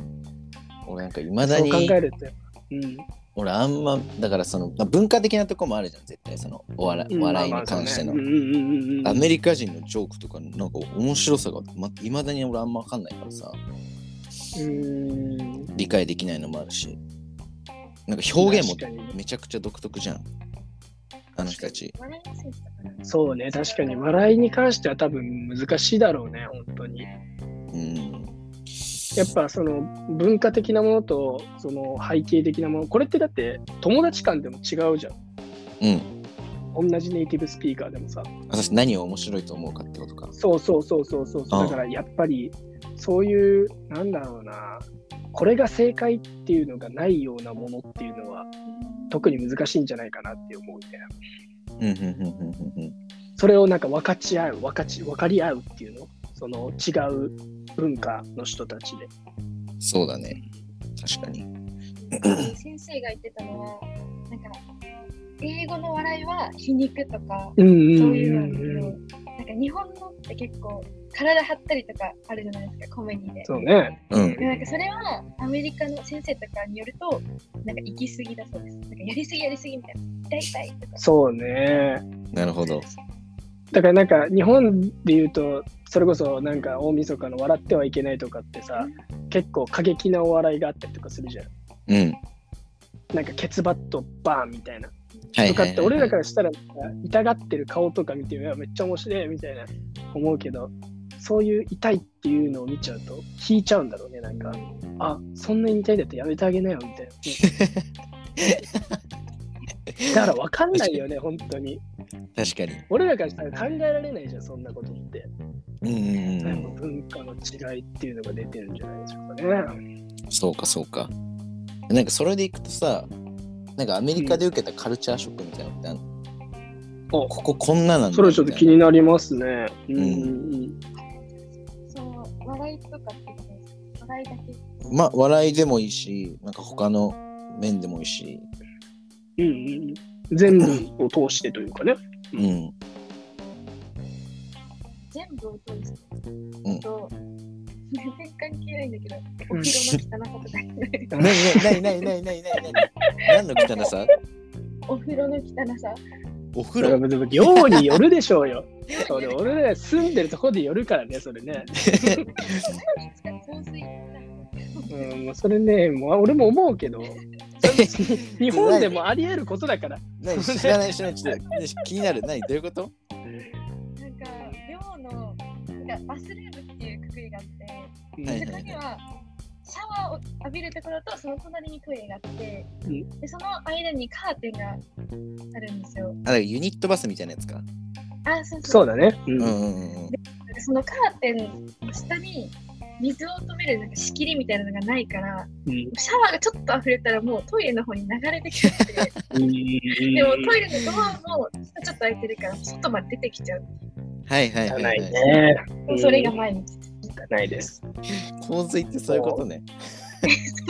B: 俺なんかいまだ
A: そう
B: に。
A: 考えるとやっぱうん
B: 俺あんまだからそのまあ文化的なとこもあるじゃん絶対そのお笑い
A: うん
B: 笑い
A: まあ
B: に
A: まあ
B: 関しての、
A: そうねうんうんうんうん
B: アメリカ人のジョークとかなんか面白さがまいまだに俺あんま分かんないからさ
A: うん
B: 理解できないのもあるしなんか表現も
A: 確かに
B: めちゃくちゃ独特じゃんあの人たち
C: 笑いやすい人かな
A: そうね、確かに笑いに関しては多分難しいだろうね、本当に。
B: うん
A: やっぱその文化的なものとその背景的なもの、これってだって友達間でも違うじゃ
B: うん
A: ん。同じネイティブスピーカーでもさ。
B: 私何を面白いと思うかってことか
A: そうそうそうそうそう。
B: ああ
A: だからやっぱりそういう、なんだろうな、これが正解っていうのがないようなものっていうのは特に難しいんじゃないかなって思うね。
B: うんうんうんうんうん
A: それをなんか分かち合う分かち、分かり合うっていうの。その違う文化の人たちで。
B: うんそうだね確かに
C: 先生が言ってたのは、なんか、英語の笑いは皮肉とか、
A: うんうん
C: そう
A: う
C: いうんの
A: うん
C: をなんか日本のって結構体張ったりとかあるじゃないですかコメディで。
A: そうね。
B: うん
C: でなんかそれはアメリカの先生とかによるとなんか行き過ぎだそうです。なんかやりすぎやりすぎみたいな。大体とか。
A: そうね。
B: なるほど
A: だからなんか日本で言うと、それこそなんか大晦日の笑ってはいけないとかってさ、結構過激なお笑いがあったりとかするじゃん。
B: うん
A: なんかケツバットバーンみたいな。
B: はい
A: とか
B: は
A: っ
B: い
A: て
B: はい
A: 俺
B: は
A: ら
B: い
A: からしたらなんか痛がってる顔とか見ていやめっちゃ面白いみたいな思うけど、そういう痛いっていうのを見ちゃうと引いちゃうんだろうね。なんか、あ、そんなに痛いんだってやめてあげなよみたい な。だから分かんないよね、本当に。
B: 確かに
A: 俺らからしたら考えられないじゃん、そんなことって。
B: うんうんうん
A: 文化の違いっていうのが出てるんじゃないでしょうかね。
B: そうかそうか。なんかそれでいくとさなんかアメリカで受けたカルチャーショックみたいなのってあん
A: あ
B: のこここんななんだ
A: それはちょっと気になりますね。うん
B: ん
A: うん
C: その笑いとかってことですか笑いだけ
B: まあ笑いでもいいしなんか他の面でもいいし、
A: うんうんうん、全部を通してというかね。
B: うん、
C: 全部を通して、
B: うん
C: と全然関係ないんだけど、
A: うん
C: お風呂の汚さとか、
B: なになになになになになに何の汚さ
C: お風呂の汚さ、
B: お風
A: だか
B: 呂
A: らでも量によるでしょうよ。そうね、俺ね、住んでるとこでよるからね、それね。
C: 香水
A: うん、もうそれね、もう俺も思うけど、日本でもあり得ることだから。
B: 何知らない知らないちょっとね気になる何どういうこと
C: なんか寮のなんかバスルームっていうくくりがあって、
A: うん
B: はい
C: そこにはシャワーを浴びるところとその隣にトイレがあって、
A: うん
C: でその間にカーテンがあるんですよ。
B: あユニットバスみたいなやつか
C: あ、そうそう。
A: そうだね。う
B: うん
A: ん
B: うんうんうん
C: そのカーテンの下に水を止めるなんか仕切りみたいなのがないから、
A: うん
C: シャワーがちょっと溢れたらもうトイレの方に流れてきちゃって、でもトイレのドアもちょっと開いてるから外まで出てきちゃう。
B: はいはいはい、
A: ない
B: はい、
A: ね。うん
C: それが毎日。
A: ないです。
B: 洪水ってそういうことね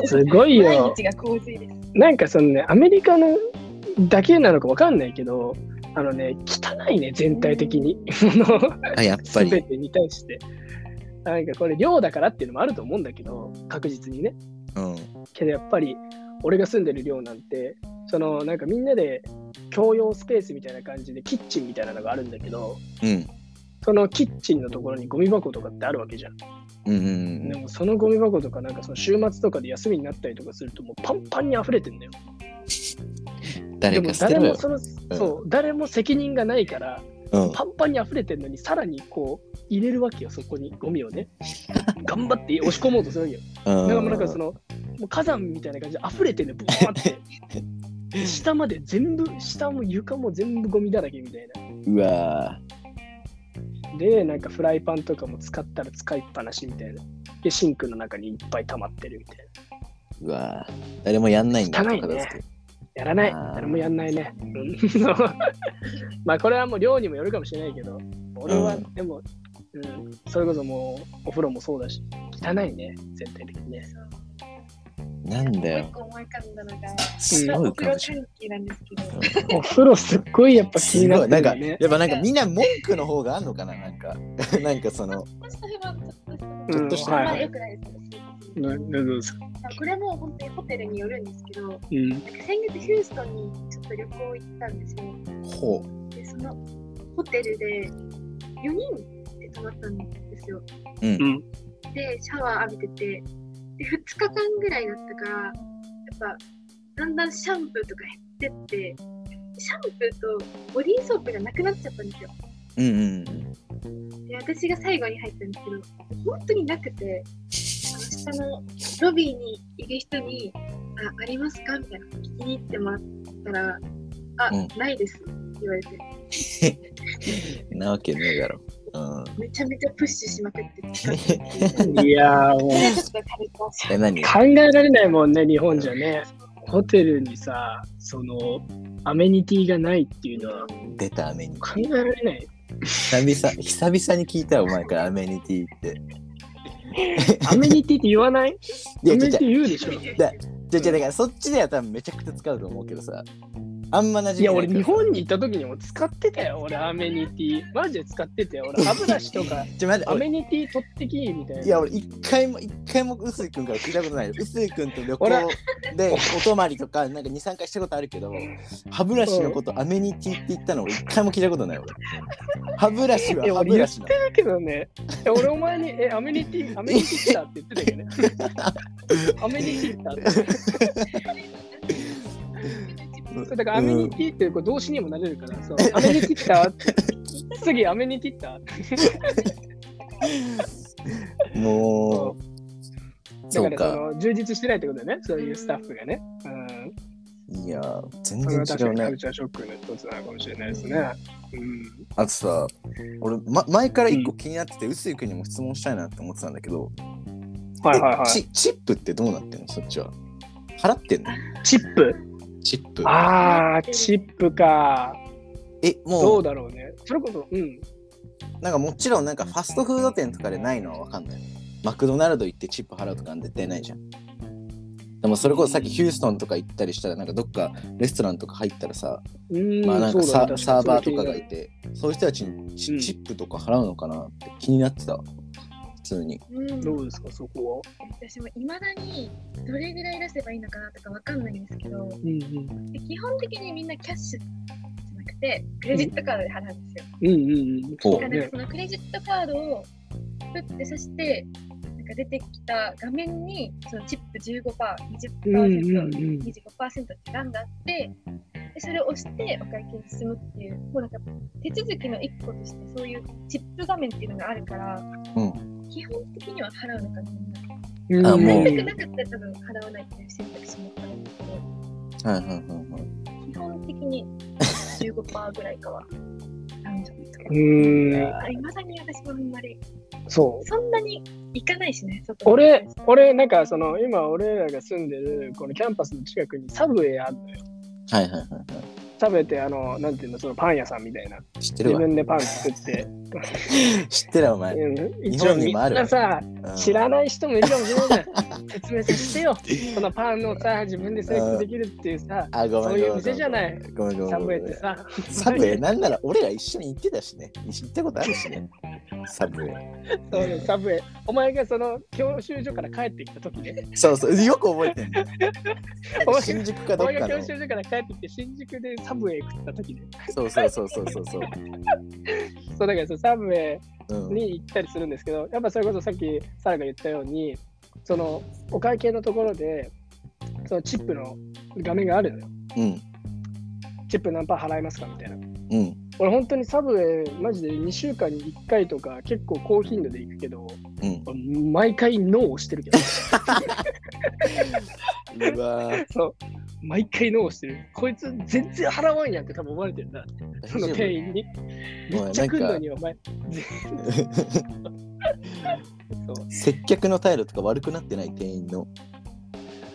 A: すごい
C: 毎
A: よ。
C: 日が洪水です。
A: なんかそのね、アメリカのだけなのかわかんないけど、あのね、汚いね、全体的に。あの
B: あやっぱ
A: 全
B: り
A: てに対して。なんかこれ寮だからっていうのもあると思うんだけど確実にね
B: うん
A: けどやっぱり俺が住んでる寮なんてそのなんかみんなで共用スペースみたいな感じでキッチンみたいなのがあるんだけど
B: うん
A: そのキッチンのところにゴミ箱とかってあるわけじゃん、
B: うんうん
A: でもそのゴミ箱とかなんかその週末とかで休みになったりとかするともうパンパンに溢れてんだよ
B: う
A: で
B: ん誰
A: も
B: か捨て
A: 誰
B: ろよ
A: もその、そう誰も責任がないから
B: うん
A: パンパンに溢れてるのにさらにこう入れるわけよそこにゴミを ね頑張って押し込もうとするわけよだからもうなんかその、もう火山みたいな感じで溢れてね、ブワーって。下まで全部、下も床も全部ゴミだらけみたいな。
B: うわ
A: で、なんかフライパンとかも使ったら使いっぱなしみたいな。で、シンクの中にいっぱい溜まってるみたいな。
B: ーうわー誰もやんないんだ
A: 汚いね
B: 片付け
A: やらない。
B: あー
A: 誰もやんないね。うん そうまあ、これはもう量にもよるかもしれないけど、俺は
B: うん
A: でも、うん、それこそもうお風呂もそうだし、汚いね、全体的に ね。
B: なんだ
C: もう一
B: よ
C: 個思い浮かんだのが、
B: す
C: お
B: ごい
C: 風
B: か
C: 呂
B: もしれ
C: 関係なんですけど、
B: ない
A: お風呂すっごいやっぱ気
B: す
A: になっ
B: ご
A: てる
B: いなん
A: ん
B: か、
A: だね。
B: やっぱなんかみんな文句の方があんのかななんかなんかその
C: ちょっと不満、
B: ち
C: ちょっとした。
B: ょっとし
A: う
B: た
A: ん
C: あ
A: は
C: ん
A: いは
C: まり
A: い
C: 良くないですけど、
A: ななどうですか
C: これも本当にホテルによるんですけど、なんか
A: うん
C: 先月ヒューストンにちょっと旅行行ったんですよ。
B: ほ
C: で、そのホテルで4人で泊まったんですよ。
B: ううん
A: うん
C: で、シャワー浴びてて、で、2日間ぐらいだったから、やっぱだんだんシャンプーとか減ってって、シャンプーとボディーソープがなくなっちゃったんですよ。
B: うんうん
C: で私が最後に入ったんですけど本当になくてあの下のロビーにいる人に「あありますか?」みたいな聞きに行ってもらったら「あ、
B: うん
C: ないです」って言われて
B: うんなわけねえだろうん
C: めちゃめちゃプッシュしまく って使ってっていうそ
A: いやーもう
C: れちょっと食べてました
B: え何
A: 考えられないもんね日本じゃねホテルにさそのアメニティがないっていうのは
B: 出たアメニテ
A: 考え
B: ィ
A: られない
B: 久々久々に聞いたよお前からアメニティって
A: アメニティって言わない
B: い
A: ア
B: や
A: メ
B: じ
A: ニテ
B: ゃじゃ
A: ィ言うでしょ
B: だじゃじゃだからそっちでは多分めちゃくちゃ使うと思うけどさあんま馴染みない
A: いや俺
B: から
A: 日本に行った時にも使ってたよ俺アメニティマジで使ってたよ俺歯ブラシと か
B: ちょ待って
A: ア
B: 俺
A: メニティ取ってきみたい
B: いや
A: な
B: 俺一回も一回も臼井君から聞いたことないよ臼井君と旅行
A: 俺
B: でお泊まりとかなんか23回したことあるけど歯ブラシのことアメニティって言ったの俺一回も聞いたことない俺歯ブラシはい
A: や
B: 歯
A: 俺
B: ブラシな
A: だけどねえ俺お前に「えアメニティアメニティ来た」って言ってた よねアメニティ来たってそうだからアメニティってこう動詞にもなれるからそうアメニティ来た って次アメニティ来た
B: のもう
A: だ
B: そ
A: か
B: う
A: らそ
B: か
A: の充実してないってことだよね、そういうスタッフがね。うん、
B: いやー全
A: それは確
B: 然
A: か
B: 違う
A: にカ
B: ね
A: ルチャーショックの一つなのかもしれないですね。うん、
B: あとさ俺、ま、前から一個気になってて臼井君にも質問したいなって思ってたんだけど
A: はいはいは
B: え
A: い。
B: チチップってどうなってんのそっちは払ってんの
A: チップ。
B: チップ。
A: ああ、チップか。
B: え、
A: ど
B: も
A: う
B: う、
A: だろうね。それこそ、うん。
B: なんかもちろん、なんかファストフード店とかでないのはわかんない。マクドナルド行ってチップ払うとか絶対ないじゃん。でもそれこそさっきヒューストンとか行ったりしたら、なんかどっかレストランとか入ったらさ、
A: うーん、
B: まあなん
A: そ
B: か
A: う
B: サ
A: だね
B: サーバーと
A: 確
B: か
A: に
B: がいて、そういう人たちにチ,、
A: うん
B: チップとか払うのかなって気になってたわ。普通に。
C: うん
A: どうですか、そこは。
C: 私もいまだにどれぐらい出せばいいのかなとかわかんないんですけど
A: うんうん。
C: で基本的にみんなキャッシュじゃなくてクレジットカードで払うんですよ。
A: うんうんうん。そ
B: おん
A: う
C: だから
A: ね
C: そ。のクレジットカードをプッて刺してなんか出てきた画面にそのチップ 15%20%25%、
A: うんうんうん
C: 25%って欄があってでそれを押してお会計に進むっていうもうなんか手続きの一個としてそういうチップ画面っていうのがあるから
B: うん。
C: 基本的には払うのかみんな。
A: うん
B: あもう
C: 全くなかったら多分払わないっていう選択肢もあるんですけど。
B: はいはいはいはい。
C: 基本的に15%ぐらいかは男女と
A: うーん、
C: か。いまだに私もあんまり、
A: そう。
C: そんなに行かないしね、外に
A: 俺、俺、なんかその、今、俺らが住んでる、このキャンパスの近くにサブウェイあるのよ。
B: はいはいはいは
A: 食べて、あの、なんていうの、そのパン屋さんみたいな。
B: い。知ってる
A: 自
B: わ。
A: 分でパン作って。
B: 知ってるわ、お前。
A: うん
B: 日
A: 一応
B: 本
A: み
B: に
A: ん
B: もある
A: なさ、
B: うん
A: 知らない人もいるかもしれないじゃん。説明させてよ。そのパンのさ、自分でセレクトできるっていうさ、
B: あ、ごめん
A: そう
B: ごめ
A: い
B: んごめ。
A: うん店じゃない。
B: ごめんごめん。
A: サブウェイってさ。
B: サブウェイなんなら俺ら一緒に行ってたしね。行ったことあるし ね。サブウェ
A: そうねサブウェイ。お前がその教習所から帰ってきた時ね。
B: イ。そうそう、よく覚えてんだよ。
A: お前
B: 新宿か
A: お
B: どっ
A: 前
B: か
A: が教
B: の。
A: 習所から帰ってきて、新宿でサブウェイ食った時ね。
B: そうそうそうそうそうそう。
A: そうだからそうサブウェイ。
B: うん。
A: に行ったりするんですけどやっぱそれこそさっきサラが言ったようにそのお会計のところでそのチップの画面があるのよ
B: うん。
A: チップ何パー払いますかみたいな
B: うん。
A: 俺本当にサブウェイマジで2週間に1回とか結構高頻度で行くけど
B: うん。
A: 俺毎回ノーをしてるけど
B: うわぁ。
A: そう毎回ノーをしてるこいつ全然払わんやんって多分思われてるなその店員にめっちゃ来んのにお前そう
B: 接客の態度とか悪くなってない店 員の。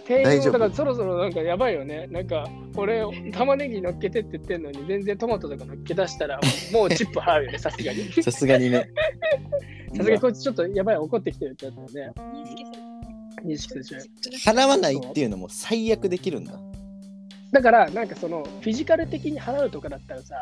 A: 店員
B: 大丈
A: も
B: 夫
A: だからそろそろなんかやばいよね。なんか俺、玉ねぎ乗っけてって言ってんのに、全然トマトとか乗っけ出したら、もうチップ払う よね、さすがに。さ
B: さすがにね。
A: すがにこいつちょっとやばい、怒ってきてるってやつもね、
C: 認識す
A: 認識するし
C: る。
B: 払わないっていうのも最悪できるんだ。
A: だから、なんかその、フィジカル的に払うとかだったらさ、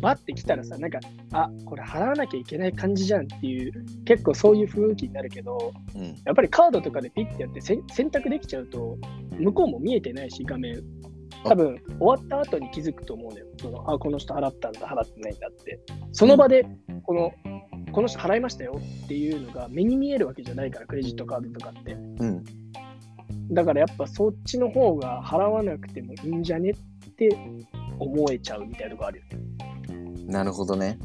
A: バッて来たらさ、なんか、あこれ払わなきゃいけない感じじゃんっていう、結構そういう雰囲気になるけど、
B: うん。
A: やっぱりカードとかでピッてやってせ選択できちゃうと、向こうも見えてないし、画面。多分終わった後に気づくと思うのよ。そのあ、この人払ったんだ、払ってないんだって。その場で、この、この人払いましたよっていうのが目に見えるわけじゃないから、クレジットカードとかって。
B: うん。
A: だからやっぱそっちの方が払わなくてもいいんじゃねって思えちゃうみたいなとこあるよね。
B: なるほどね。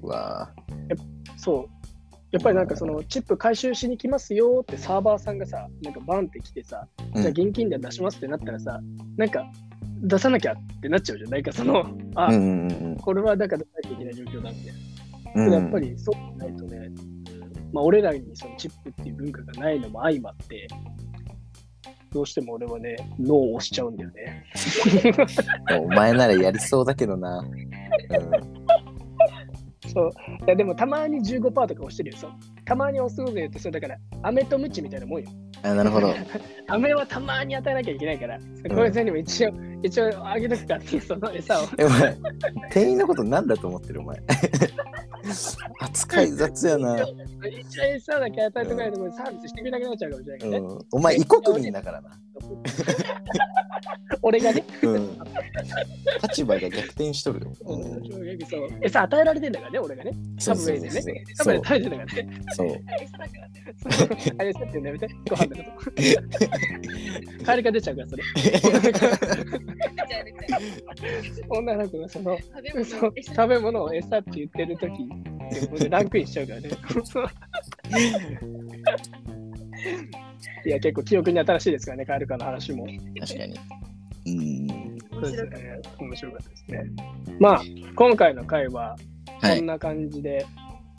B: うわぁ。
A: そう。やっぱりなんかそのチップ回収しに来ますよってサーバーさんがさ、なんかバンって来てさ、
B: うん
A: じゃあ現金で出しますってなったらさ、なんか出さなきゃってなっちゃうじゃん。なんかその、あ、
B: うんうん
A: これはだから出さなきゃいけない状況だみたいな。
B: うんうん。
A: やっぱりそうじゃないとね、うんまあ、俺らにそのチップっていう文化がないのも相まって、どうしても俺はね、ノーを押しちゃうんだよ ね。
B: お前ならやりそうだけどな。うん
A: そういやでもたまに15%とか押してるよ。そうたまに押すことで言うと、それだから、飴とムチみたいなもんよ。
B: あなるほど。
A: 飴はたまに与えなきゃいけないから、これさんにも一応、一応あげとくかっていうその餌を。
B: え お前、店員のことなんだと思ってる お前。扱い雑やな。
A: 一応餌だけ与えてくれないところにサービスしてくれなくなっちゃうかもしれないうからね。
B: ん、お前、異国民だからな。
A: 俺がね、
B: うん、立場が逆転しとるよ。うん
A: そう餌与えられてんだからね、俺がね。サブウェイでね。サブウェ
B: そう
A: イで食べてんだからね。
B: そう
A: あれさってやめて、ご飯だと。帰りが出ちゃうから、それ。 女の子がその、そう食べ物を餌って言ってる時ランクインしちゃうからね。いや、結構記憶に新しいですからね、カエルカの話も。
B: 確かに。うん。
A: そうですね。面白かったですね。まあ、今回の回は、
B: は
A: こ
B: い
A: ん。な感じで、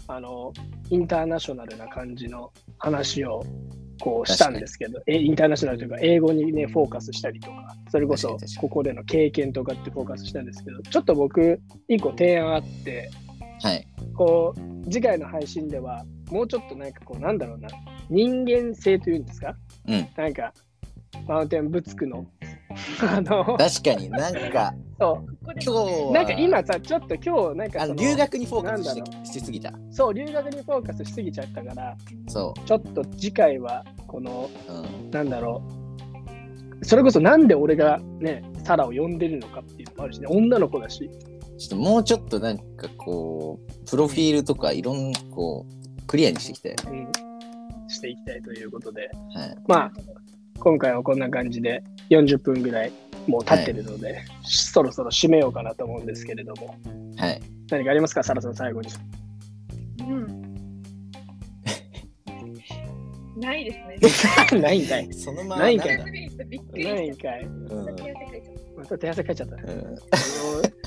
A: あの、インターナショナルな感じの話をこうしたんですけど、えインターナショナルというか、英語にね、フォーカスしたりとか、それこそ
B: 確かに確か
A: ここでの経験とかってフォーカスしたんですけど、ちょっと僕、一個提案あって、
B: はい。
A: こう、次回の配信では、もうちょっとなんかこう、なんだろうな、人間性というんですか、
B: うん
A: なんか、マウンテンブツクの、 あの、
B: 確かになんか、
A: そう
C: こで
B: 今日は
A: なんか今さ、ちょっと今日、なんか
B: あ
A: そ
B: の
A: の
B: 留学にフォーカス
A: なんだ
B: してしすぎた。
A: そう、留学にフォーカスしすぎちゃったから、
B: そ
A: ちょっと次回は、この、
B: う。うん。
A: なんだろう、それこそなんで俺がね、サラを呼んでるのかっていうのもあるしね、女の子だし、
B: ちょっともうちょっとなんかこう、プロフィールとかいろんな、こう、クリアにしてきて。
A: うん、していきたいということで、
B: はい。
A: まあ、今回はこんな感じで、40分ぐらいもう経ってるので、そろそろ締めようかなと思うんですけれども、
B: はい。
A: 何かありますか、サラさん、最後に。
C: うん。ないですね。
A: ないんかい。
B: そのまま
A: ないん
B: な
A: か
B: ん
A: い
B: だ
C: びっくり
A: な
C: し
A: いんかい。
B: うん
C: た。手汗かいち
A: また手汗かいちゃ
C: ゃっ
A: った。あ
B: うん
A: の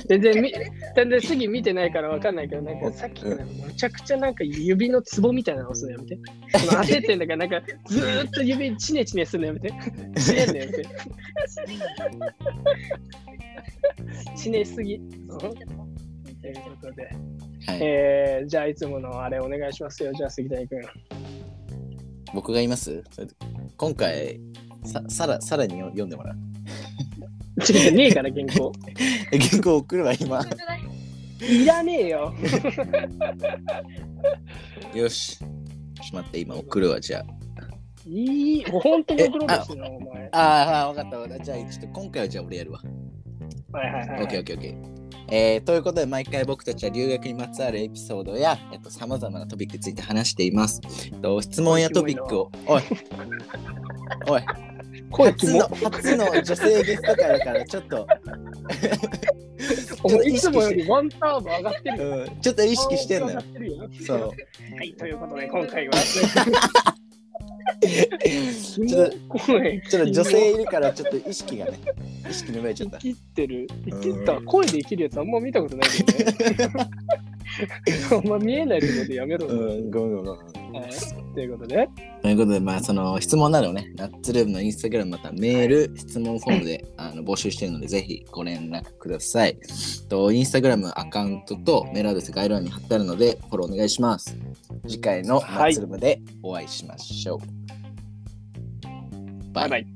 A: 全然み、全然次見てないからわかんないけど、なんかさっきからむちゃくちゃなんか指のツボみたいなの押すのやめて。その焦ってんだから、なんかずーっと指チネチネするのやめて。チネんのやめて。チネしすぎ。
C: た
A: ということで、
B: はい。
A: えー、じゃあいつものあれお願いしますよ。じゃあ杉谷君。
B: 僕が言いますそれと今回、ささら、さらによ読んでもらう。
A: ちょっとねえから原稿。
B: え原稿送るわ、今。
A: いらねえよ。
B: よし。ちょっと待って、今送るわ、じゃあ。
A: いい、もう本当に送ろうとしてるの、お前。
B: ああ、わかったわかった。じゃあ、ちょっと今回はじゃあ俺やるわ。
A: はいはい
B: オ
A: はい
B: ッケーオッケーオッケー。えーということで、毎回僕たちは留学にまつわるエピソードや、えっと、様々なトピックについて話しています。えっと、質問やトピックを、おい、おい、
A: 声キ
B: 初の
A: モ。
B: 初の女性ゲスト会だから、ちょっと、
A: お前いつもよりワンターン上がってるよ。
B: うん、ちょっと意
A: 意
B: 識してんの
A: は
B: よ。そう。
A: い、ということで、今 回は。
B: ちょっと、
A: 声
B: ちょっと女性いるから、ちょっと意識がね、意識の上ちゃった
A: 生。きってる。生きった声で生きるやつあんま見たことないけどね。 あんま見えないってことでやめろ。
B: う
A: は
B: ん、ごめんごめんごめん。
A: いということで、
B: ということで、まあ、その質問などをね、ナッツルームのインスタグラムまたはメール、質問フォームであの募集しているので、ぜひご連絡ください。と、インスタグラムアカウントとメールアドレス概要欄に貼ってあるので、フォローお願いします。次回のナ
A: はい
B: ッツルームでお会いしましょう。
A: バイバイ。